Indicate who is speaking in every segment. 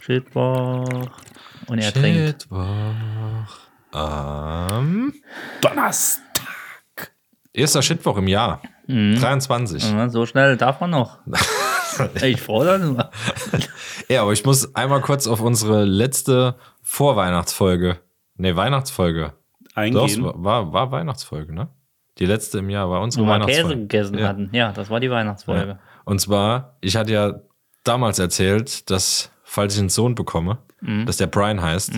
Speaker 1: Schildwach. Und er trinkt.
Speaker 2: Shitwoch. Ähm,
Speaker 3: Donnerstag.
Speaker 2: erster Shitwoch im Jahr. 23.
Speaker 1: Ja, so schnell darf man noch. ich fordere nur.
Speaker 2: Ja, aber ich muss einmal kurz auf unsere letzte Vorweihnachtsfolge. Ne, Weihnachtsfolge. Doch, es
Speaker 3: Eingehen.
Speaker 2: war, war, war Weihnachtsfolge, ne? Die letzte im Jahr war unsere
Speaker 1: Wo wir Käse
Speaker 2: Weihnachtsfolge.
Speaker 1: gegessen
Speaker 2: Ja.
Speaker 1: hatten. Ja, das war die Weihnachtsfolge.
Speaker 2: Und zwar, ich hatte ja damals erzählt, dass, falls ich einen Sohn bekomme,
Speaker 1: Mhm.
Speaker 2: dass der Brian heißt,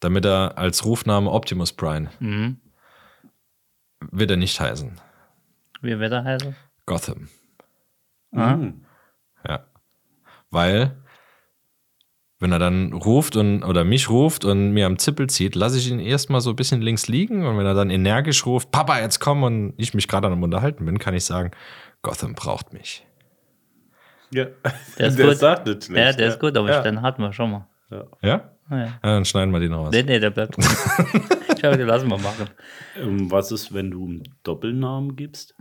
Speaker 2: damit er als Rufname Optimus Brian
Speaker 1: Mhm.
Speaker 2: wird er nicht heißen.
Speaker 1: Wie wird er heißen?
Speaker 2: Gotham.
Speaker 3: Mhm.
Speaker 2: Ja. Weil, wenn er dann ruft und oder mich ruft und mir am Zippel zieht, lasse ich ihn erstmal so ein bisschen links liegen. Und wenn er dann energisch ruft, Papa, jetzt komm, und ich mich gerade am Unterhalten bin, kann ich sagen, Gotham braucht mich.
Speaker 3: Ja.
Speaker 1: Der ist gut.
Speaker 3: sagt nicht schlecht.
Speaker 1: Ja, der ist gut, aber
Speaker 3: Ja.
Speaker 1: den hatten wir schon mal.
Speaker 2: Ja?
Speaker 1: Ja.
Speaker 2: Ja, dann schneiden wir den raus.
Speaker 1: Nee, nee, der bleibt. drin. ich glaube, den lassen wir machen.
Speaker 3: Ähm, was ist, wenn du einen Doppelnamen gibst?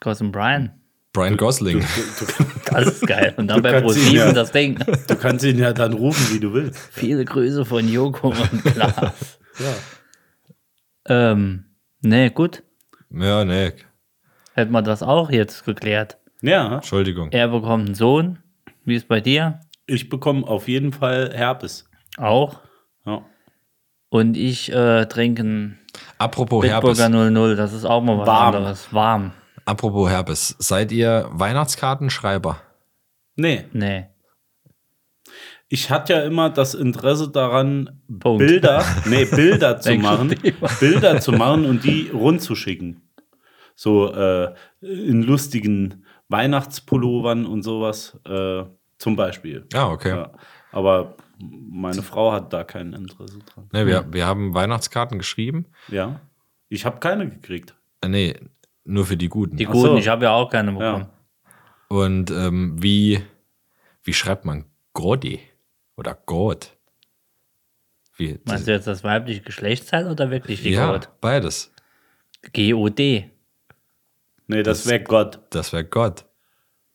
Speaker 1: Cousin Brian.
Speaker 2: Brian Gosling.
Speaker 3: Du, du,
Speaker 1: Das ist geil. Und dann bei
Speaker 3: kannst ihn
Speaker 1: ProSieben
Speaker 3: ja.
Speaker 1: das Ding.
Speaker 3: du kannst ihn ja dann rufen, wie du willst.
Speaker 1: Viele Grüße von Joko und Klaas.
Speaker 3: Ja.
Speaker 1: ähm, nee, gut.
Speaker 2: Ja, nee,
Speaker 1: Hätten wir das auch jetzt geklärt.
Speaker 3: Ja,
Speaker 2: Entschuldigung.
Speaker 1: Er bekommt einen Sohn. Wie ist bei dir?
Speaker 3: ich bekomme auf jeden Fall Herpes.
Speaker 1: Auch.
Speaker 3: Ja.
Speaker 1: Und ich äh, trinke einen
Speaker 2: Apropos
Speaker 1: Bitburger
Speaker 2: Herpes.
Speaker 1: 00. Das ist auch mal was
Speaker 3: Warm.
Speaker 1: anderes. Warm.
Speaker 2: Apropos Herpes. Seid ihr Weihnachtskartenschreiber?
Speaker 3: Nee,
Speaker 1: Nee.
Speaker 3: ich hatte ja immer das Interesse daran,
Speaker 1: Punkt.
Speaker 3: Bilder, nee, Bilder zu machen,
Speaker 1: Nächstes Thema.
Speaker 3: Bilder zu machen und die rundzuschicken. So äh, in lustigen Weihnachtspullovern und sowas äh, zum Beispiel.
Speaker 2: Ja, okay.
Speaker 3: Ja. Aber meine Frau hat da kein Interesse dran.
Speaker 2: Nee,
Speaker 1: Mhm.
Speaker 2: wir, wir haben Weihnachtskarten geschrieben.
Speaker 3: Ja, ich habe keine gekriegt.
Speaker 2: Äh, Nee, nur für die Guten.
Speaker 1: Die
Speaker 3: Ach
Speaker 1: guten,
Speaker 3: so.
Speaker 1: ich habe ja auch keine bekommen.
Speaker 2: Und ähm, wie, wie schreibt man Gordi oder Gott? Wie,
Speaker 1: Meinst du jetzt das weibliche Geschlechtsteil oder wirklich die
Speaker 2: ja,
Speaker 1: Gott?
Speaker 2: beides.
Speaker 1: G-O-D.
Speaker 3: Nee, das
Speaker 2: Das-
Speaker 3: wäre Gott.
Speaker 2: Das wäre Gott.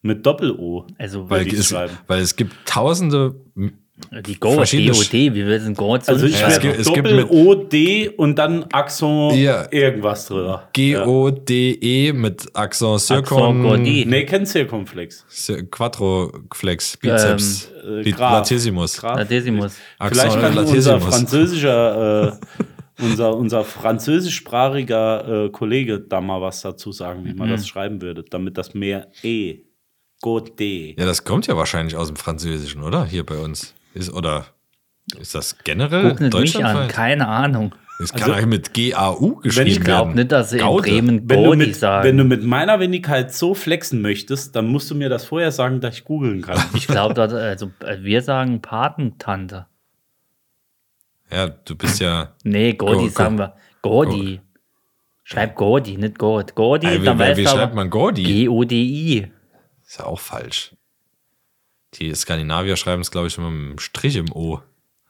Speaker 3: Mit Doppel-O.
Speaker 1: Also
Speaker 2: Weil
Speaker 3: Würde ich
Speaker 2: es,
Speaker 3: schreiben.
Speaker 2: weil es gibt tausende.
Speaker 1: die Goat,
Speaker 2: verschiedene
Speaker 1: G-O-D, wie willst du denn Goat
Speaker 3: Also ich
Speaker 2: Ja,
Speaker 3: ja,
Speaker 2: es gibt- es gibt mit-
Speaker 3: Doppel-O-D und dann Accent
Speaker 2: Ja.
Speaker 3: irgendwas drüber. Ja.
Speaker 2: G-O-D-E mit Accent
Speaker 1: Accent Gordi.
Speaker 2: Circum
Speaker 3: Nee, kennst du ja Komplex.
Speaker 2: Cir- Quadroflex, Bizeps,
Speaker 3: Ähm, äh,
Speaker 2: Bi-
Speaker 3: Graf.
Speaker 2: Latissimus.
Speaker 3: Graf.
Speaker 1: Natesimus.
Speaker 2: Axon
Speaker 3: Vielleicht kann unser
Speaker 2: Latissimus.
Speaker 3: französischer, äh, unser, unser französischsprachiger äh, Kollege da mal was dazu sagen, wie man
Speaker 2: Hm.
Speaker 3: das schreiben würde, damit das mehr E, Goté.
Speaker 2: Ja, das kommt ja wahrscheinlich aus dem Französischen, oder? Hier bei uns. Ist, oder ist das generell
Speaker 1: Guck nicht mich an,
Speaker 2: deutschlandweit?
Speaker 1: keine Ahnung.
Speaker 2: Es kann eigentlich mit G-A-U geschrieben
Speaker 3: ich
Speaker 2: werden.
Speaker 1: Glaub nicht, dass sie in
Speaker 2: Gaude.
Speaker 1: Bremen
Speaker 3: Ähm, Wenn du,
Speaker 1: Gordi
Speaker 3: mit, wenn
Speaker 1: sagen.
Speaker 3: du mit meiner Wenigkeit so flexen möchtest, dann musst du mir das vorher sagen, dass ich googeln kann.
Speaker 1: Ich glaube, also, äh, wir sagen Patentante.
Speaker 2: Ja, du bist ja.
Speaker 1: Nee, Gordi
Speaker 2: Go- go-
Speaker 1: sagen wir. Gordi. Schreib Gordi, nicht Gord. Gordi,
Speaker 2: Ey,
Speaker 1: dann
Speaker 2: wie
Speaker 1: weißt
Speaker 2: wie
Speaker 1: du aber-
Speaker 2: schreibt man Gordi?
Speaker 1: G-O-D-I.
Speaker 2: Ist ja auch falsch. Die Skandinavier schreiben es, glaube ich, immer mit einem Strich im O.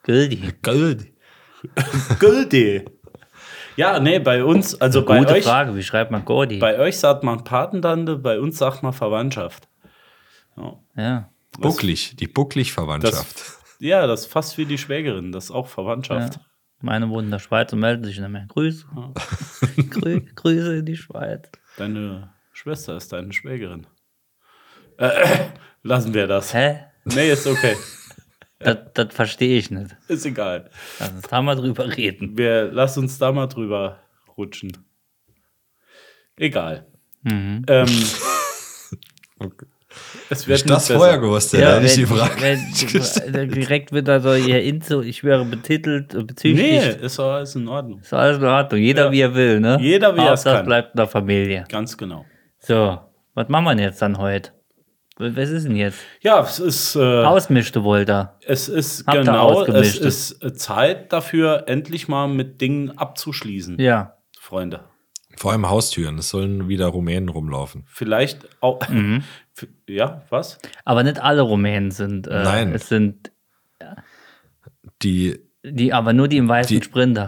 Speaker 1: Gordi.
Speaker 2: Gold.
Speaker 3: Goldie. Ja, nee, bei uns, also bei
Speaker 1: Gute
Speaker 3: euch,
Speaker 1: Frage, wie schreibt man Gordi?
Speaker 3: bei euch sagt man Patentante, bei uns sagt man Verwandtschaft. Ja,
Speaker 1: Ja.
Speaker 2: Bucklig. Die Bucklig-Verwandtschaft.
Speaker 3: ja das ist fast wie die Schwägerin, das ist auch Verwandtschaft.
Speaker 1: Ja. Meine wohnen in der Schweiz und melden sich nicht mehr. Grüße. Grü Grüße in die Schweiz.
Speaker 3: Deine Schwester ist deine Schwägerin. Äh, lassen wir das.
Speaker 1: Hä?
Speaker 3: Nee, ist okay.
Speaker 1: Das, das verstehe ich nicht. Also,
Speaker 3: Ist egal.
Speaker 1: Lass uns da mal drüber reden.
Speaker 3: Wir lassen uns da mal drüber rutschen. Egal.
Speaker 1: Mhm.
Speaker 3: Ähm, es
Speaker 2: Wenn
Speaker 3: wird
Speaker 2: ich das
Speaker 3: nicht besser.
Speaker 2: vorher gewusst hätte, hätte ich die
Speaker 1: wenn-
Speaker 2: Frage.
Speaker 1: wenn, wenn, direkt wird da so ihr Inso, ich wäre betitelt äh,
Speaker 3: Nee,
Speaker 1: bezüglich.
Speaker 3: ist doch alles in Ordnung.
Speaker 1: Ist alles in Ordnung. Jeder
Speaker 3: Ja.
Speaker 1: wie er will, ne?
Speaker 3: Jeder, wie er es
Speaker 1: Hauptsache,
Speaker 3: kann.
Speaker 1: bleibt in der Familie.
Speaker 3: Ganz genau.
Speaker 1: So, was machen wir denn jetzt dann heute? W- Was ist denn jetzt?
Speaker 3: Ja, es ist, äh,
Speaker 1: Ausmischte wollt ihr.
Speaker 3: es ist
Speaker 1: Habt ihr
Speaker 3: genau, es
Speaker 1: ausgemischt.
Speaker 3: ist äh, Zeit dafür, endlich mal mit Dingen abzuschließen,
Speaker 1: Ja.
Speaker 3: Freunde.
Speaker 2: Vor allem Haustüren. Es sollen wieder Rumänen rumlaufen.
Speaker 3: Vielleicht auch.
Speaker 1: Mhm.
Speaker 3: F- Ja, was?
Speaker 1: Aber nicht alle Rumänen sind. Äh,
Speaker 2: Nein.
Speaker 1: Es sind
Speaker 2: Die
Speaker 1: die, aber nur die im weißen
Speaker 2: Die-
Speaker 1: Sprinter.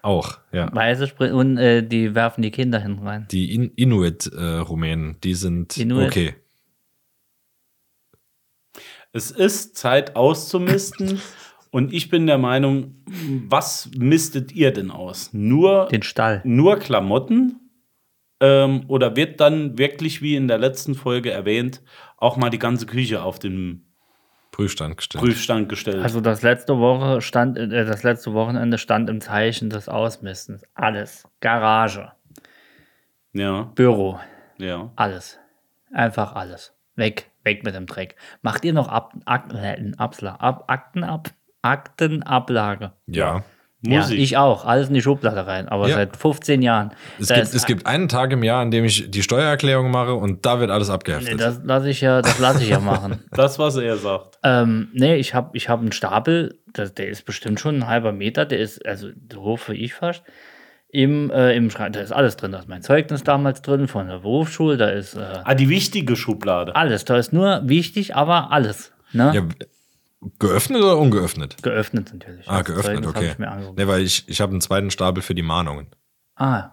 Speaker 2: auch, ja.
Speaker 1: Weiße Sprinter und äh, die werfen die Kinder hinten rein.
Speaker 2: Die In äh, Inuit-Rumänen, die sind
Speaker 1: Inuit.
Speaker 2: okay.
Speaker 3: Es ist Zeit auszumisten. Und ich bin der Meinung, was mistet ihr denn aus? Nur,
Speaker 1: Den Stall.
Speaker 3: nur Klamotten? Ähm, oder wird dann wirklich, wie in der letzten Folge erwähnt, auch mal die ganze Küche auf den
Speaker 2: Prüfstand gestellt.
Speaker 3: Prüfstand gestellt?
Speaker 1: Also das letzte Woche stand, äh, das letzte Wochenende stand im Zeichen des Ausmistens. Alles. Garage,
Speaker 3: ja,
Speaker 1: Büro,
Speaker 3: ja.
Speaker 1: alles. Einfach alles. Weg, weg mit dem Dreck. Macht ihr noch Ab Ak äh, in Absla Ab Akten ab Aktenablage?
Speaker 2: ja.
Speaker 1: Ja,
Speaker 3: Muss ich.
Speaker 1: ich auch. Alles in die Schublade rein. Aber
Speaker 2: Ja.
Speaker 1: seit 15 Jahren. Äh,
Speaker 2: Es
Speaker 1: Da
Speaker 2: gibt,
Speaker 1: ist-
Speaker 2: es gibt einen Tag im Jahr, an dem ich die Steuererklärung mache und da wird alles
Speaker 1: Nee,
Speaker 2: abgeheftet.
Speaker 1: das lasse ich ja, das lasse ich ja machen.
Speaker 3: Das, was er sagt.
Speaker 1: Ähm, nee, ich habe ich hab einen Stapel, das, der ist bestimmt schon ein halber Meter, der ist, also so hoch wie ich fast, im, äh, im Schrank, da ist alles drin, da ist mein Zeugnis damals drin von der Berufsschule, da ist äh,
Speaker 3: Ah, die wichtige Schublade.
Speaker 1: alles, da ist nur wichtig, aber alles, ne?
Speaker 2: ja, geöffnet oder ungeöffnet?
Speaker 1: Geöffnet natürlich.
Speaker 2: Ah,
Speaker 1: Das
Speaker 2: geöffnet,
Speaker 1: Zeugnis hab
Speaker 2: okay.
Speaker 1: Ich mir angeguckt.
Speaker 2: Nee, weil ich, ich habe einen zweiten Stapel für die Mahnungen.
Speaker 1: Ah,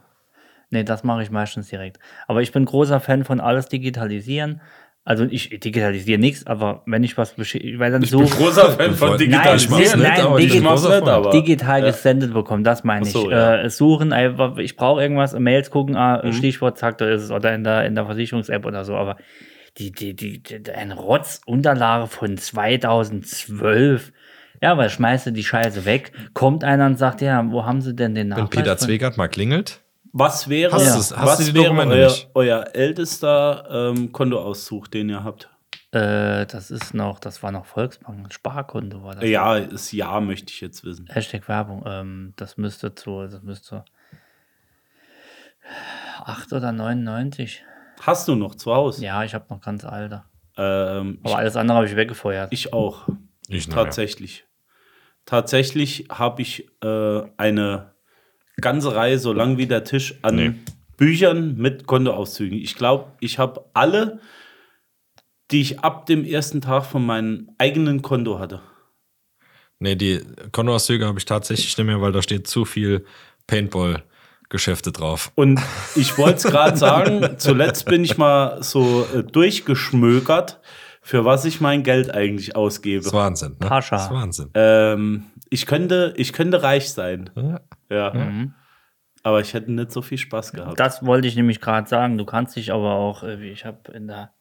Speaker 1: nee, das mache ich meistens direkt. Aber ich bin großer Fan von alles digitalisieren. Also ich digitalisiere nichts, aber wenn ich was, besche- weil dann so
Speaker 3: Großer Fan
Speaker 2: Nein,
Speaker 3: von
Speaker 1: Nein,
Speaker 2: Ich mach's
Speaker 1: sehr-
Speaker 3: Digitalisierung.
Speaker 2: nicht,
Speaker 1: nein,
Speaker 2: aber ich bin
Speaker 1: digital,
Speaker 2: großer Fan.
Speaker 3: aber-
Speaker 1: digital
Speaker 3: Ja.
Speaker 1: gesendet bekommen, das meine ich.
Speaker 3: Ach so, ja. Mhm.
Speaker 1: äh, suchen, einfach, ich brauche irgendwas, Mails gucken, ah, Stichwort, zack, da ist es, oder in der, in der Versicherungs-App oder so, aber die, die, die, die, die eine Rotzunterlage von 2012. Ja, weil schmeißt du die Scheiße weg, kommt einer und sagt, ja, wo haben sie denn den Nachweis?
Speaker 2: Wenn Peter
Speaker 1: von-
Speaker 2: Zwegert mal klingelt,
Speaker 3: Was wäre,
Speaker 2: Hast
Speaker 1: Ja.
Speaker 2: du's- hast
Speaker 3: was
Speaker 2: du die
Speaker 3: wäre
Speaker 2: Dokumente
Speaker 3: euer,
Speaker 2: nicht?
Speaker 3: euer ältester ähm, Kontoauszug, den ihr habt?
Speaker 1: Äh, das ist noch, das war noch Volksbank, ein Sparkonto war das.
Speaker 3: Ja, ist ja, möchte ich jetzt wissen.
Speaker 1: Hashtag Werbung. Ähm, das müsste zu, das müsste 8 oder 99.
Speaker 3: Hast du noch zu Hause?
Speaker 1: Ja, ich habe noch ganz alte.
Speaker 3: Ähm, ich,
Speaker 1: Aber alles andere habe ich weggefeuert.
Speaker 3: ich auch.
Speaker 2: ich noch, ja.
Speaker 3: Tatsächlich. Tatsächlich habe ich äh, eine ganze Reihe, so lang wie der Tisch, an
Speaker 2: Nee.
Speaker 3: Büchern mit Kontoauszügen. Ich glaube, ich habe alle, die ich ab dem ersten Tag von meinem eigenen Konto hatte.
Speaker 2: Nee, die Kontoauszüge habe ich tatsächlich nicht mehr, weil da steht zu viel Paintball-Geschäfte drauf.
Speaker 3: Und ich wollte es gerade sagen, zuletzt bin ich mal so äh, durchgeschmökert, für was ich mein Geld eigentlich ausgebe.
Speaker 2: Das ist Wahnsinn, ne?
Speaker 1: Pascha.
Speaker 2: Das ist Wahnsinn.
Speaker 3: Ähm, ich, könnte, ich könnte reich sein.
Speaker 2: Ja.
Speaker 3: Ja. Aber ich hätte nicht so viel Spaß gehabt.
Speaker 1: Hm. Mhm. Das wollte ich nämlich gerade sagen. Du kannst dich aber auch, äh, wie ich habe in der,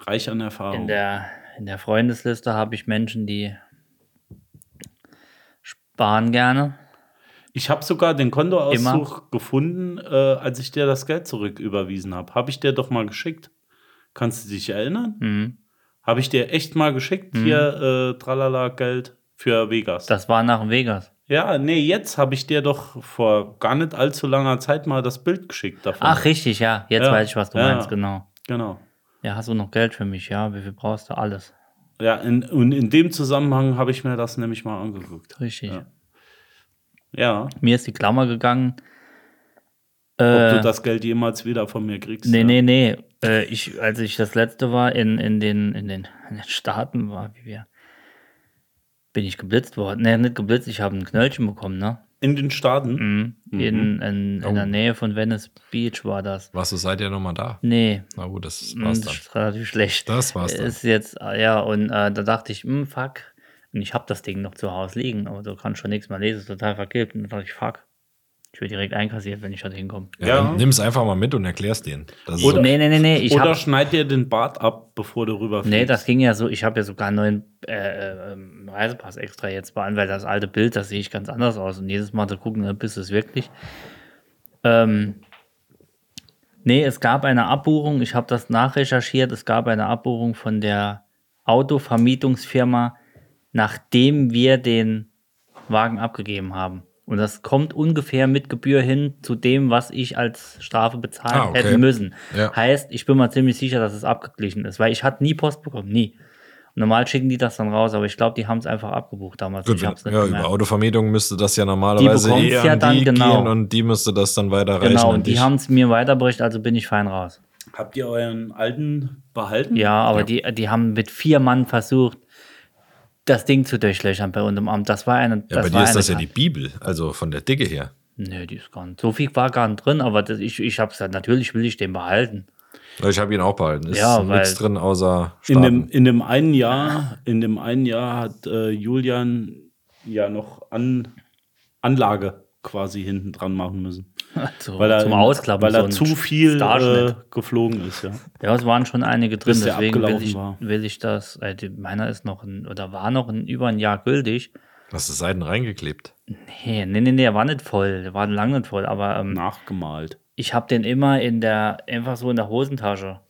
Speaker 3: reich an Erfahrung.
Speaker 1: in der, in der Freundesliste habe ich Menschen, die sparen gerne.
Speaker 3: ich habe sogar den Kontoauszug gefunden, äh, als ich dir das Geld zurück überwiesen habe. Habe ich dir doch mal geschickt. Kannst du dich erinnern?
Speaker 1: Mhm.
Speaker 3: Habe ich dir echt mal geschickt, hier äh, tralala Geld für Vegas.
Speaker 1: Das war nach dem Vegas.
Speaker 3: Ja, nee, jetzt habe ich dir doch vor gar nicht allzu langer Zeit mal das Bild geschickt davon.
Speaker 1: Ach, richtig, ja. Jetzt
Speaker 3: Ja.
Speaker 1: weiß ich, was du
Speaker 3: Ja.
Speaker 1: meinst, genau.
Speaker 3: Genau.
Speaker 1: Ja, hast du noch Geld für mich? Ja, wie viel brauchst du? Alles.
Speaker 3: Ja, in, und in dem Zusammenhang habe ich mir das nämlich mal angeguckt.
Speaker 1: Richtig.
Speaker 3: Ja. Ja,
Speaker 1: Mir ist die Klammer gegangen.
Speaker 3: ob
Speaker 1: Äh,
Speaker 3: du das Geld jemals wieder von mir kriegst.
Speaker 1: nee,
Speaker 3: ja.
Speaker 1: nee, nee. Äh, ich, als ich das letzte war in, in, den, in, den, in den Staaten war, wie wir, bin ich geblitzt worden. Nee, nicht geblitzt, ich habe ein Knöllchen bekommen, ne?
Speaker 3: In den Staaten.
Speaker 1: Mhm. In, in, in
Speaker 2: Oh.
Speaker 1: der Nähe von Venice Beach war das.
Speaker 2: Was, du seid ja nochmal da?
Speaker 1: Nee,
Speaker 2: Na gut, das
Speaker 1: Mhm,
Speaker 2: war's
Speaker 1: das
Speaker 2: dann.
Speaker 1: ist relativ schlecht.
Speaker 2: Das war's dann.
Speaker 1: Ist jetzt, äh, ja, und äh, da dachte ich, hm, fuck. Und ich habe das Ding noch zu Hause liegen, aber du kannst schon nichts mehr lesen, ist total vergilbt. Und da dachte ich, fuck. Ich werde direkt einkassiert, wenn ich da hinkomme.
Speaker 2: Ja,
Speaker 3: Ja.
Speaker 2: Nimm es einfach mal mit und erklär's denen. Das ist
Speaker 1: Nee,
Speaker 2: so-
Speaker 1: nee, nee, nee. Ich
Speaker 3: Oder
Speaker 1: hab,
Speaker 3: schneid dir den Bart ab, bevor du rüberfliegst.
Speaker 1: nee, das ging ja so. Ich habe ja sogar einen neuen äh, ähm, Reisepass extra jetzt bei an, weil das alte Bild, das sehe ich ganz anders aus. Und jedes Mal zu gucken, bist du es wirklich. Ähm, nee, es gab eine Abbuchung. Ich habe das nachrecherchiert. Es gab eine Abbuchung von der Autovermietungsfirma, nachdem wir den Wagen abgegeben haben. Und das kommt ungefähr mit Gebühr hin zu dem, was ich als Strafe bezahlen
Speaker 2: Ah, okay.
Speaker 1: hätten müssen.
Speaker 2: Ja.
Speaker 1: Heißt, ich bin mal ziemlich sicher, dass es abgeglichen ist, weil ich hatte nie Post bekommen, nie. Und normal schicken die das dann raus, aber ich glaube, die haben es einfach abgebucht damals.
Speaker 2: Gut,
Speaker 1: ich hab's
Speaker 2: wenn,
Speaker 1: nicht
Speaker 2: ja,
Speaker 1: gemerkt.
Speaker 2: über Autovermietung müsste das ja normalerweise
Speaker 1: bekommt's
Speaker 2: eher
Speaker 1: ja
Speaker 2: an
Speaker 1: dann,
Speaker 2: die
Speaker 1: genau.
Speaker 2: gehen und die müsste das dann weiterreichen.
Speaker 1: Genau,
Speaker 2: an
Speaker 1: und die
Speaker 2: dich.
Speaker 1: haben es mir weiterberichtet, also bin ich fein raus.
Speaker 3: Habt ihr euren alten behalten?
Speaker 1: Ja, aber Die, die haben mit vier Mann versucht, das Ding zu durchlöchern bei unserem Amt. Das war eine.
Speaker 2: ja, bei
Speaker 1: das
Speaker 2: dir
Speaker 1: war
Speaker 2: ist
Speaker 1: eine
Speaker 2: das ja die Bibel, also von der Dicke her.
Speaker 1: Nö, die ist gar nicht. So viel war gar nicht drin, aber das, ich, ich hab's gesagt, natürlich will ich den behalten.
Speaker 2: Also Ich habe ihn auch behalten. Ist
Speaker 1: Ja, weil-
Speaker 2: nichts drin außer
Speaker 3: In
Speaker 2: Staaten.
Speaker 3: dem, in dem einen Jahr, in dem einen Jahr hat äh, Julian ja noch an, Anlage quasi hinten dran machen müssen.
Speaker 1: Zu,
Speaker 3: Weil er,
Speaker 1: zum Ausklappen.
Speaker 3: weil er
Speaker 1: ein
Speaker 3: zu viel äh,
Speaker 1: Starschnitt.
Speaker 3: geflogen ist, ja.
Speaker 1: Ja, es waren schon einige drin,
Speaker 3: Bis der
Speaker 1: deswegen will
Speaker 3: abgelaufen
Speaker 1: ich,
Speaker 3: war.
Speaker 1: will ich das. Äh, die, meiner ist noch ein, oder war noch ein, über ein Jahr gültig.
Speaker 2: Hast du Seiten reingeklebt?
Speaker 1: Nee, nee, nee, nee, er war nicht voll. Der war lang nicht voll, aber ähm,
Speaker 3: Nachgemalt.
Speaker 1: ich habe den immer in der, einfach so in der Hosentasche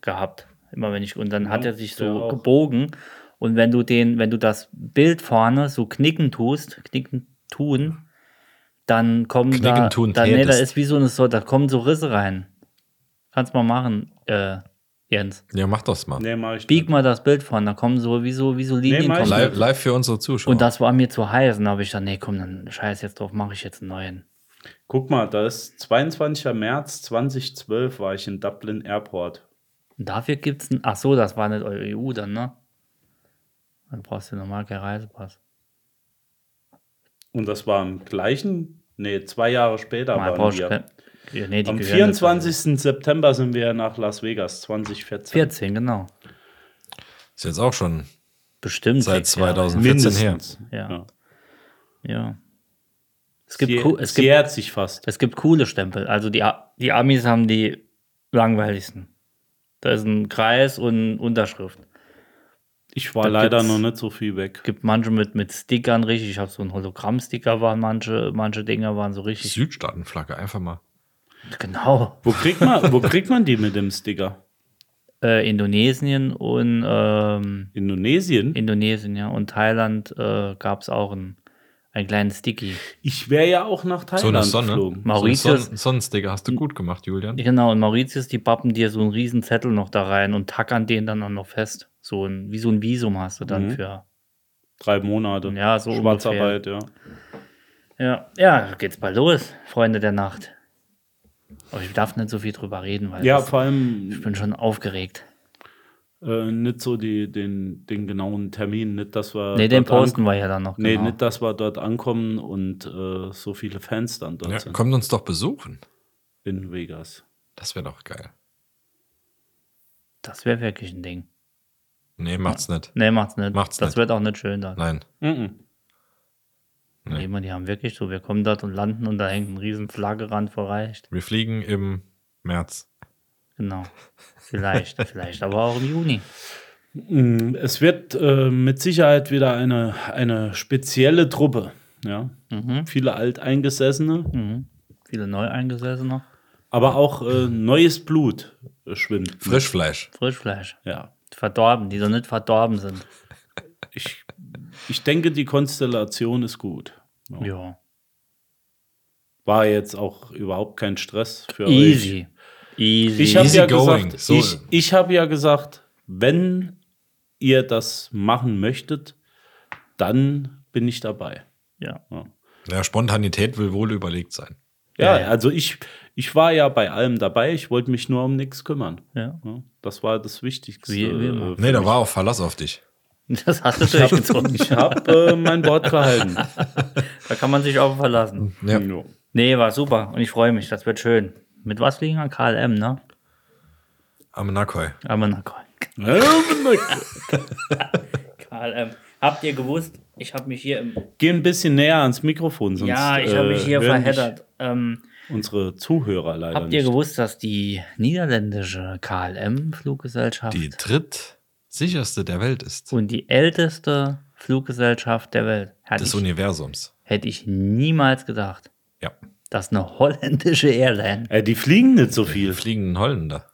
Speaker 1: gehabt. Immer wenn ich, und dann hat
Speaker 3: Ja,
Speaker 1: er sich
Speaker 3: der
Speaker 1: so
Speaker 3: auch.
Speaker 1: gebogen. Und wenn du den, wenn du das Bild vorne so knicken tust, knicken tun, dann kommen da,
Speaker 2: Knicken tun
Speaker 1: dann, nee, da
Speaker 2: tätest.
Speaker 1: ist wie so eine, so, da kommen so Risse rein. Kannst mal machen, äh, Jens.
Speaker 2: Ja, mach das mal.
Speaker 3: Nee, mach ich
Speaker 1: Bieg
Speaker 3: nicht.
Speaker 1: mal das Bild vorne, da kommen so, wie so, wie so Linien.
Speaker 3: mach ich
Speaker 1: kommen.
Speaker 3: nicht.
Speaker 2: Live, live für unsere Zuschauer.
Speaker 1: und das war mir zu heiß. Und da habe ich dann, nee, komm, dann scheiß jetzt drauf, mache ich jetzt einen neuen.
Speaker 3: Guck mal, das 22. März 2012 war ich in Dublin Airport.
Speaker 1: Und dafür gibt es einen. Ach so, das war nicht eure EU dann, ne? Dann brauchst du normal keinen Reisepass.
Speaker 3: Und das war am gleichen, nee, zwei Jahre später
Speaker 1: Mal
Speaker 3: waren
Speaker 1: brauchst du
Speaker 3: wir.
Speaker 1: kein- ja, nee, die
Speaker 3: Am
Speaker 1: gehören nicht
Speaker 3: 24. September sind wir nach Las Vegas 2014.
Speaker 1: dazu. 14, genau.
Speaker 2: ist jetzt auch schon
Speaker 1: Bestimmt.
Speaker 2: seit
Speaker 1: sechs Jahre.
Speaker 2: 2014 her.
Speaker 1: Ja.
Speaker 3: Ja.
Speaker 1: Ja. Es gibt,
Speaker 3: sie,
Speaker 1: coo- es,
Speaker 3: sie
Speaker 1: gibt,
Speaker 3: ehrt sich fast.
Speaker 1: es gibt coole Stempel. Also die, A- die Amis haben die langweiligsten. Da ist ein Kreis und Unterschrift.
Speaker 3: Ich war
Speaker 1: Da
Speaker 3: leider
Speaker 1: gibt's-
Speaker 3: noch nicht so viel weg.
Speaker 1: gibt manche mit, mit Stickern richtig. Ich habe so einen Hologramm-Sticker waren manche, manche Dinger waren so richtig.
Speaker 2: Südstaatenflagge, einfach mal.
Speaker 1: Genau.
Speaker 3: Wo kriegt man, wo kriegt man die mit dem Sticker?
Speaker 1: Äh, Indonesien und ähm,
Speaker 3: Indonesien?
Speaker 1: Indonesien, ja. Und Thailand äh, gab es auch einen, einen kleinen Sticky.
Speaker 3: Ich wäre ja auch nach
Speaker 2: So eine
Speaker 3: Thailand
Speaker 2: Sonne.
Speaker 3: geflogen.
Speaker 1: Mauritius-
Speaker 2: So ein Son- Sonnensticker hast du gut gemacht, Julian.
Speaker 1: Genau, und Mauritius, die bappen dir so einen riesen Zettel noch da rein und tackern den dann auch noch fest. So ein, wie so ein Visum hast du dann
Speaker 3: Mhm.
Speaker 1: für.
Speaker 3: Drei Monate.
Speaker 1: Ja, so
Speaker 3: Schwarzarbeit, ja.
Speaker 1: Ja, ja, geht's bald los, Freunde der Nacht. Aber ich darf nicht so viel drüber reden, weil
Speaker 3: Ja,
Speaker 1: das,
Speaker 3: vor
Speaker 1: ich
Speaker 3: allem
Speaker 1: bin schon aufgeregt.
Speaker 3: äh, nicht so die, den, den genauen Termin, nicht, dass wir.
Speaker 1: Nee, den
Speaker 3: Äh, dort an-
Speaker 1: posten wir ja dann noch.
Speaker 3: Nee,
Speaker 1: genau.
Speaker 3: nicht, dass wir dort ankommen und äh, so viele Fans dann dort
Speaker 2: Ja,
Speaker 3: sind.
Speaker 2: kommt uns doch besuchen.
Speaker 3: In Vegas.
Speaker 2: Das wäre doch geil.
Speaker 1: Das wäre wirklich ein Ding.
Speaker 2: Nee, macht's nicht.
Speaker 1: Nee, macht's nicht.
Speaker 2: Macht's
Speaker 1: das
Speaker 2: nicht.
Speaker 1: wird auch nicht schön dann.
Speaker 2: Nein.
Speaker 3: Mhm.
Speaker 2: Nee.
Speaker 1: Nee, man, die haben wirklich so, wir kommen dort und landen und da hängt ein riesen Flaggerand verreicht.
Speaker 2: Wir fliegen im März.
Speaker 1: Genau. Vielleicht, vielleicht aber auch im Juni.
Speaker 3: Mm, Es wird äh, mit Sicherheit wieder eine, eine spezielle Truppe. Ja.
Speaker 1: Mhm.
Speaker 3: Viele Alteingesessene,
Speaker 1: Mhm. Viele Neueingesessene.
Speaker 3: aber auch äh, neues Blut äh, schwimmt.
Speaker 2: Frischfleisch.
Speaker 1: Frischfleisch.
Speaker 3: Ja.
Speaker 1: Verdorben, die so nicht verdorben sind.
Speaker 3: Ich, ich denke, die Konstellation ist gut. Ja.
Speaker 1: Ja.
Speaker 3: War jetzt auch überhaupt kein Stress für euch.
Speaker 1: Easy. Easy.
Speaker 3: Ich habe
Speaker 2: Easy
Speaker 3: ja
Speaker 2: going,
Speaker 3: gesagt,
Speaker 2: so.
Speaker 3: ich, ich habe ja gesagt, wenn ihr das machen möchtet, dann bin ich dabei.
Speaker 1: ja.
Speaker 3: Ja.
Speaker 2: Ja, Spontanität will wohl überlegt sein.
Speaker 3: Ja,
Speaker 1: Ja, ja.
Speaker 3: also ich, ich war ja bei allem dabei, ich wollte mich nur um nichts kümmern.
Speaker 1: ja.
Speaker 3: Ja, das war das Wichtigste.
Speaker 1: Wie- wie immer.
Speaker 3: äh, für
Speaker 2: Nee, da
Speaker 3: mich.
Speaker 2: war auch Verlass auf dich.
Speaker 1: Das hast du durchgezogen.
Speaker 3: Ich habe äh, mein Wort gehalten.
Speaker 1: Da kann man sich auch verlassen.
Speaker 2: Ja.
Speaker 3: Jo.
Speaker 1: Nee, war super und ich freue mich. Das wird schön. Mit was fliegen wir? KLM, ne?
Speaker 2: Am Nakoi.
Speaker 1: Aber na komm. KLM. Äh, ähm, Habt ihr gewusst, ich habe mich hier im.
Speaker 3: Geh ein bisschen näher ans Mikrofon, sonst
Speaker 1: ja, ich habe mich
Speaker 3: äh,
Speaker 1: hier
Speaker 3: hören dich
Speaker 1: verheddert. Ähm,
Speaker 3: Unsere Zuhörer leider
Speaker 1: Habt ihr
Speaker 3: nicht.
Speaker 1: gewusst, dass die niederländische KLM-Fluggesellschaft
Speaker 2: Die drittsicherste der Welt ist.
Speaker 1: und die älteste Fluggesellschaft der Welt, hätte
Speaker 2: Des
Speaker 1: ich,
Speaker 2: Universums.
Speaker 1: hätte ich niemals gedacht,
Speaker 2: Ja.
Speaker 1: dass eine holländische Airline,
Speaker 3: Äh, die fliegen nicht so viel.
Speaker 2: Wir fliegen in Holländer.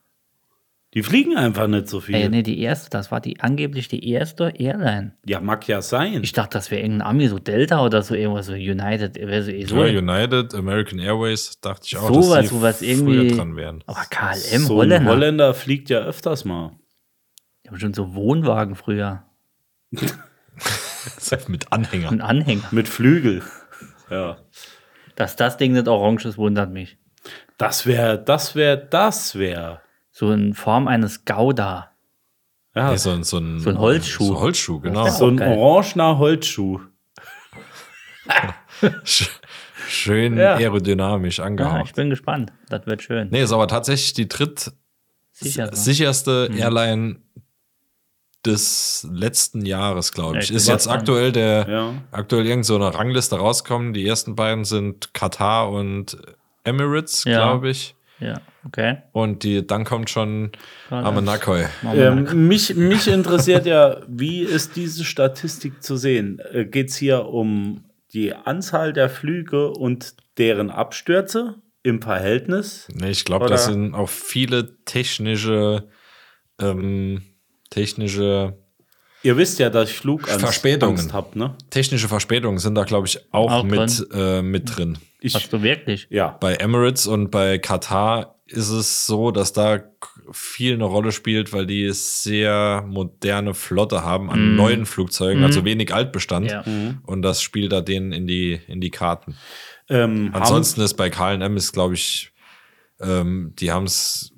Speaker 3: Die fliegen einfach nicht so viel.
Speaker 1: äh, nee, die erste, das war die angeblich die erste Airline.
Speaker 3: Ja, mag ja sein.
Speaker 1: Ich dachte, das wäre irgendein Ami, so Delta oder so irgendwas, so United, wäre so eh so.
Speaker 2: Ja, United, American Airways, dachte ich auch,
Speaker 1: Sowas,
Speaker 2: dass die
Speaker 1: sowas
Speaker 2: früher
Speaker 1: irgendwie-
Speaker 2: dran wären.
Speaker 1: aber KLM,
Speaker 3: so ein
Speaker 1: Holländer.
Speaker 3: Holländer fliegt ja öfters mal.
Speaker 1: Die haben schon so Wohnwagen früher,
Speaker 2: Mit Anhänger.
Speaker 1: einen Anhänger.
Speaker 3: Mit Flügel. Ja.
Speaker 1: Dass das Ding nicht orange ist, wundert mich.
Speaker 3: Das wäre, das wäre, das wäre.
Speaker 1: So in Form eines Gouda.
Speaker 3: Ja,
Speaker 2: Nee, so, ein- so, ein,
Speaker 1: So ein Holzschuh.
Speaker 2: So ein Holzschuh, genau.
Speaker 1: Das ist
Speaker 3: so ein
Speaker 1: geil.
Speaker 3: orangener Holzschuh.
Speaker 2: Sch- Schön
Speaker 3: Ja.
Speaker 2: aerodynamisch
Speaker 1: Ah, ich
Speaker 2: angehaucht.
Speaker 1: bin gespannt. Das wird schön.
Speaker 2: Nee, ist aber tatsächlich die dritt
Speaker 1: Sicher. Mhm.
Speaker 2: sicherste Airline des letzten Jahres, glaube ich.
Speaker 1: Echt,
Speaker 2: Ist
Speaker 1: was
Speaker 2: jetzt
Speaker 1: dann?
Speaker 2: aktuell der
Speaker 3: Ja.
Speaker 2: aktuell irgend so eine Rangliste rauskommen. Die ersten beiden sind Katar und Emirates,
Speaker 1: Ja.
Speaker 2: glaube ich.
Speaker 1: Ja, okay.
Speaker 2: Und die, dann kommt schon
Speaker 1: Ah, Ja,
Speaker 2: Amanakoi.
Speaker 1: Machen wir mal.
Speaker 3: Ähm, mich, mich interessiert ja, wie ist diese Statistik zu sehen? Äh, Geht es hier um die Anzahl der Flüge und deren Abstürze im Verhältnis?
Speaker 2: Nee, ich glaube,
Speaker 3: Oder-
Speaker 2: das sind auch viele technische, ähm, technische,
Speaker 3: Ihr wisst ja, dass ich Flugangst
Speaker 2: Verspätungen.
Speaker 3: Angst hab, ne?
Speaker 2: technische Verspätungen sind da, glaube ich, auch,
Speaker 1: Auch
Speaker 2: mit, äh, mit drin.
Speaker 3: Ich,
Speaker 1: Hast du wirklich?
Speaker 3: ja.
Speaker 2: Bei Emirates und bei Katar ist es so, dass da k- viel eine Rolle spielt, weil die sehr moderne Flotte haben an neuen Flugzeugen, also wenig Altbestand.
Speaker 1: Ja.
Speaker 2: Und das spielt da denen in die, in die Karten.
Speaker 3: Ähm,
Speaker 2: Ansonsten ist bei KLM ist, glaube ich, ähm, die haben es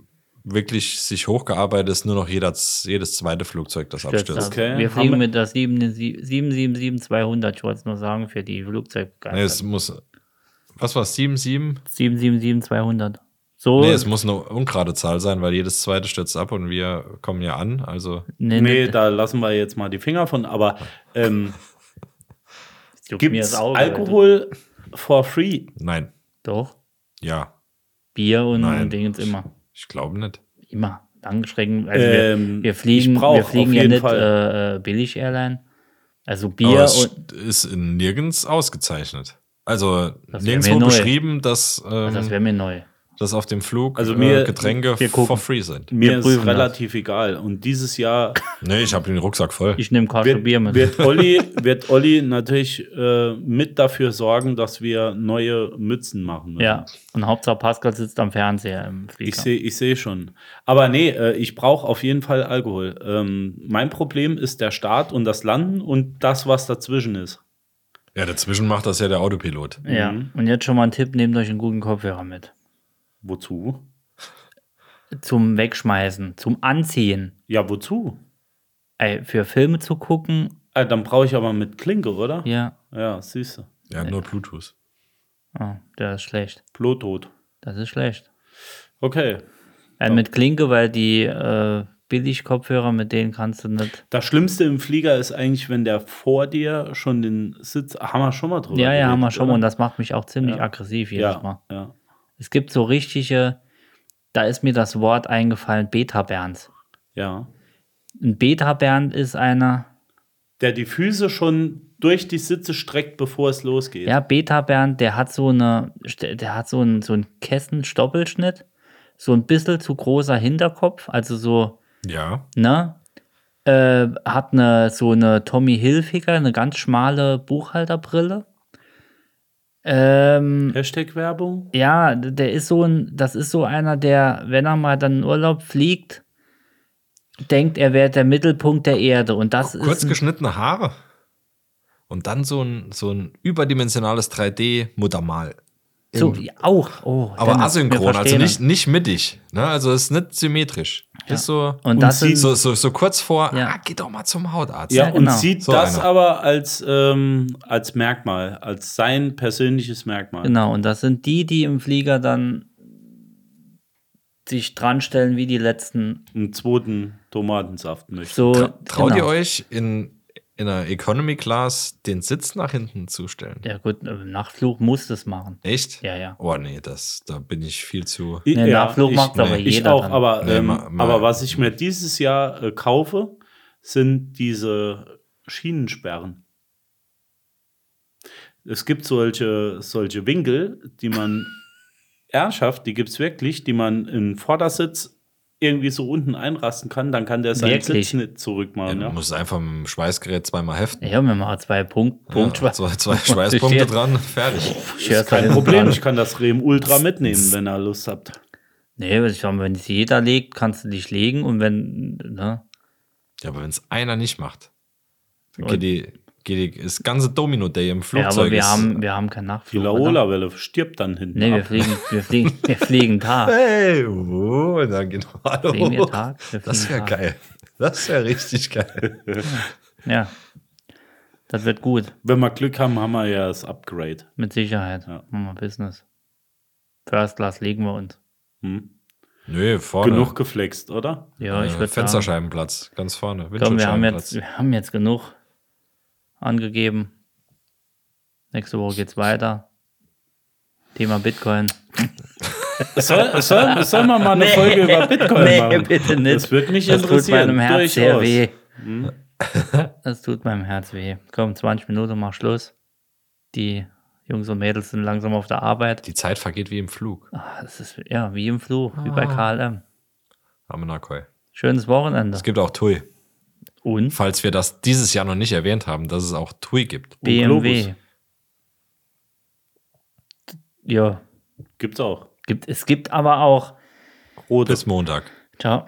Speaker 2: wirklich sich hochgearbeitet, ist nur noch jeder, jedes zweite Flugzeug, das abstürzt.
Speaker 1: Stürzt ab.
Speaker 3: Okay.
Speaker 1: Wir
Speaker 3: Haben
Speaker 1: fliegen
Speaker 3: wir-
Speaker 1: mit der 777-200, ich wollte es nur sagen, für die
Speaker 2: Nee, es
Speaker 1: Flugzeugbegeisterten.
Speaker 2: muss, was war es, 7, 7?
Speaker 1: 777-200. So,
Speaker 2: Nee, es muss eine ungerade Zahl sein, weil jedes zweite stürzt ab und wir kommen ja an. Also
Speaker 1: nee,
Speaker 3: haben, nee,
Speaker 1: nee,
Speaker 3: da lassen wir jetzt mal die Finger von, aber ähm,
Speaker 1: juckt
Speaker 3: gibt
Speaker 1: mir
Speaker 3: es
Speaker 1: das Auge, Alter.
Speaker 3: Alkohol for free?
Speaker 2: nein,
Speaker 1: Doch,
Speaker 2: ja,
Speaker 1: Bier und,
Speaker 2: Nein.
Speaker 1: und Dingens immer.
Speaker 2: ich glaube nicht.
Speaker 1: Immer. Langstrecken. Also
Speaker 3: Ähm,
Speaker 1: wir, wir
Speaker 3: ich
Speaker 1: fliegen,
Speaker 3: brauch
Speaker 1: wir fliegen
Speaker 3: auf
Speaker 1: ja
Speaker 3: jeden
Speaker 1: nicht
Speaker 3: Fall.
Speaker 1: äh, äh, billig Airline. Also
Speaker 2: Aber
Speaker 1: Bier
Speaker 2: es
Speaker 1: und
Speaker 2: ist in nirgends ausgezeichnet. Also
Speaker 1: Das wär
Speaker 2: nirgendwo
Speaker 1: mir neu. Also
Speaker 2: beschrieben, dass, ähm,
Speaker 1: das wäre mir neu.
Speaker 2: dass auf dem Flug
Speaker 3: Also mir-
Speaker 2: äh, Getränke
Speaker 1: wir gucken.
Speaker 2: for free sind.
Speaker 3: Mir ist
Speaker 1: prüfen das.
Speaker 3: relativ egal. Und dieses Jahr
Speaker 2: Nee, ich habe den Rucksack voll.
Speaker 1: Ich nehme Karlsruhe
Speaker 3: wird,
Speaker 1: Bier mit.
Speaker 3: wird, Olli, wird Olli natürlich äh, mit dafür sorgen, dass wir neue Mützen machen. müssen.
Speaker 1: ja. Und Hauptsache Pascal sitzt am Fernseher im Flieger.
Speaker 3: Ich sehe ich seh schon. Aber nee, äh, ich brauche auf jeden Fall Alkohol. Ähm, mein Problem ist der Start und das Landen und das, was dazwischen ist.
Speaker 2: Ja, dazwischen macht das ja der Autopilot.
Speaker 1: ja.
Speaker 3: Mhm.
Speaker 1: Und jetzt schon mal ein Tipp, nehmt euch einen guten Kopfhörer mit.
Speaker 3: Wozu?
Speaker 1: Zum Wegschmeißen, zum Anziehen.
Speaker 3: Ja, wozu?
Speaker 1: Ey, für Filme zu gucken,
Speaker 3: Ah, dann brauche ich aber mit Klinke, oder?
Speaker 1: ja,
Speaker 3: Ja, siehst du.
Speaker 2: Er hat nur Bluetooth.
Speaker 1: oh, der ist schlecht.
Speaker 3: Bluetooth.
Speaker 1: Das ist schlecht.
Speaker 3: Okay.
Speaker 1: Äh, Mit Klinke, weil die äh, Billig-Kopfhörer, mit denen kannst du nicht.
Speaker 3: Das Schlimmste im Flieger ist eigentlich, wenn der vor dir schon den Sitz. Haben wir schon mal drüber
Speaker 1: Ja, ja,
Speaker 3: geredet,
Speaker 1: haben wir schon.
Speaker 3: oder?
Speaker 1: Und das macht mich auch ziemlich aggressiv jedes Mal.
Speaker 3: ja, ja.
Speaker 1: Es gibt so richtige, da ist mir das Wort eingefallen, Beta-Bernd.
Speaker 3: Ja.
Speaker 1: Ein Beta-Bernd ist einer,
Speaker 3: der die Füße schon durch die Sitze streckt, bevor es losgeht.
Speaker 1: ja, Beta-Bernd, der hat so eine, der hat so einen, so einen Kessenstoppelschnitt, so ein bisschen zu großer Hinterkopf, also so,
Speaker 2: Ja.
Speaker 1: ne? Äh, hat eine, so eine Tommy Hilfiger, eine ganz schmale Buchhalterbrille. Ähm,
Speaker 3: Hashtag Werbung.
Speaker 1: Ja, d- der ist so ein, das ist so einer, der, wenn er mal dann in Urlaub fliegt, denkt, er wäre der Mittelpunkt der Erde. Und das
Speaker 2: Kurz
Speaker 1: ist. ein-
Speaker 2: geschnittene Haare. Und dann so ein, so ein überdimensionales 3D-Muttermal.
Speaker 1: So, ja, auch. Oh,
Speaker 2: Aber
Speaker 1: Dennis, wir
Speaker 2: asynchron, also
Speaker 1: verstehen
Speaker 2: nicht,
Speaker 1: uns.
Speaker 2: nicht mittig. Ne? Also ist nicht symmetrisch. Ist so,
Speaker 1: Und das
Speaker 3: Und sie-
Speaker 1: sind
Speaker 2: so, so, so kurz vor,
Speaker 1: Ja.
Speaker 2: ah, geh doch mal zum Hautarzt.
Speaker 3: Ja,
Speaker 1: Ja,
Speaker 3: und
Speaker 1: genau.
Speaker 3: sieht
Speaker 2: So
Speaker 3: das
Speaker 2: einer.
Speaker 3: aber als, ähm, als Merkmal, als sein persönliches Merkmal.
Speaker 1: Genau, und das sind die, die im Flieger dann sich dranstellen wie die letzten.
Speaker 3: Einen zweiten Tomatensaft möchte.
Speaker 1: So,
Speaker 2: Tra traut
Speaker 1: genau.
Speaker 2: ihr euch in, in einer Economy Class den Sitz nach hinten zu stellen?
Speaker 1: Ja, gut, im Nachtflug muss das machen.
Speaker 2: Echt?
Speaker 1: Ja, ja.
Speaker 2: Oh nee, das, da bin ich viel zu.
Speaker 3: Ich-
Speaker 1: Nee, Nachflug
Speaker 3: ich-
Speaker 1: macht's aber
Speaker 3: ich
Speaker 1: jeder
Speaker 3: auch,
Speaker 1: dann.
Speaker 3: aber,
Speaker 2: Nee,
Speaker 3: ähm,
Speaker 2: ma- ma-
Speaker 3: aber was ich mir dieses Jahr äh, kaufe, sind diese Schienensperren. Es gibt solche, solche Winkel, die man ernsthaft, die gibt es wirklich, die man im Vordersitz irgendwie so unten einrasten kann, dann kann der seinen
Speaker 1: Wirklich?
Speaker 3: Sitz nicht zurückmachen.
Speaker 2: Du
Speaker 1: ne?
Speaker 3: Ja,
Speaker 2: musst einfach mit dem Schweißgerät zweimal heften.
Speaker 1: Ja, wir machen zwei Punkt, Punkt
Speaker 2: Ja, also, zwei, zwei Schweißpunkte dran, fertig.
Speaker 1: Ich hör's da
Speaker 3: Kein
Speaker 1: hinten
Speaker 3: Problem,
Speaker 1: dran.
Speaker 3: ich kann das Rem Ultra mitnehmen, wenn ihr Lust habt.
Speaker 1: Nee, weil ich sag mal, wenn es jeder legt, kannst du dich legen und wenn, ne?
Speaker 2: Ja, aber wenn es einer nicht macht, dann geht die, geht die, das ganze Domino-Day im
Speaker 1: Ja,
Speaker 2: Flugzeug.
Speaker 1: aber wir
Speaker 2: ist,
Speaker 1: haben, wir haben keinen
Speaker 3: Die
Speaker 1: Nachtflug. oder?
Speaker 3: Laola-Welle stirbt dann hinten.
Speaker 1: Nee, wir
Speaker 3: ab.
Speaker 1: fliegen, wir fliegen, wir fliegen Tag.
Speaker 2: Hey, oh, und dann geht alle
Speaker 1: Fliegen wir
Speaker 2: hoch.
Speaker 1: Tag? Wir
Speaker 2: Das
Speaker 1: fliegen
Speaker 2: wäre
Speaker 1: Tag.
Speaker 2: geil. Das wäre richtig geil.
Speaker 1: Ja. Das wird gut,
Speaker 3: Wenn wir Glück haben, haben wir ja das Upgrade.
Speaker 1: mit Sicherheit.
Speaker 3: Ja.
Speaker 1: Machen wir Business. First Class legen wir uns.
Speaker 3: Hm?
Speaker 2: Nö, vorne.
Speaker 3: Genug geflext, oder?
Speaker 1: Ja, ich
Speaker 2: Äh,
Speaker 1: würde sagen,
Speaker 2: Fensterscheibenplatz, ganz vorne.
Speaker 1: komm, wir, haben
Speaker 2: Windschutzscheibenplatz.
Speaker 1: jetzt, wir haben jetzt genug angegeben. Nächste Woche geht's weiter. Thema Bitcoin.
Speaker 3: Soll, soll, sollen wir mal eine Folge über Bitcoin
Speaker 1: nee,
Speaker 3: machen?
Speaker 1: bitte nicht.
Speaker 3: Das wird mich
Speaker 1: Das tut
Speaker 3: interessieren.
Speaker 1: meinem Herz sehr
Speaker 3: durchaus. Hm?
Speaker 1: weh. Das tut meinem Herz weh. Komm, 20 Minuten, mach Schluss. Die Jungs und Mädels sind langsam auf der Arbeit.
Speaker 2: Die Zeit vergeht wie im Flug.
Speaker 1: Ah, Das ist ja wie im Flug, wie
Speaker 3: Ah.
Speaker 1: bei KLM.
Speaker 2: Amenakoi.
Speaker 1: Schönes Wochenende.
Speaker 2: Es gibt auch TUI.
Speaker 1: Und
Speaker 2: Falls wir das dieses Jahr noch nicht erwähnt haben, dass es auch TUI gibt.
Speaker 1: BMW.
Speaker 3: Globus.
Speaker 1: Ja,
Speaker 3: Gibt's auch.
Speaker 1: gibt, es gibt aber auch.
Speaker 2: Bis Montag.
Speaker 1: Ciao.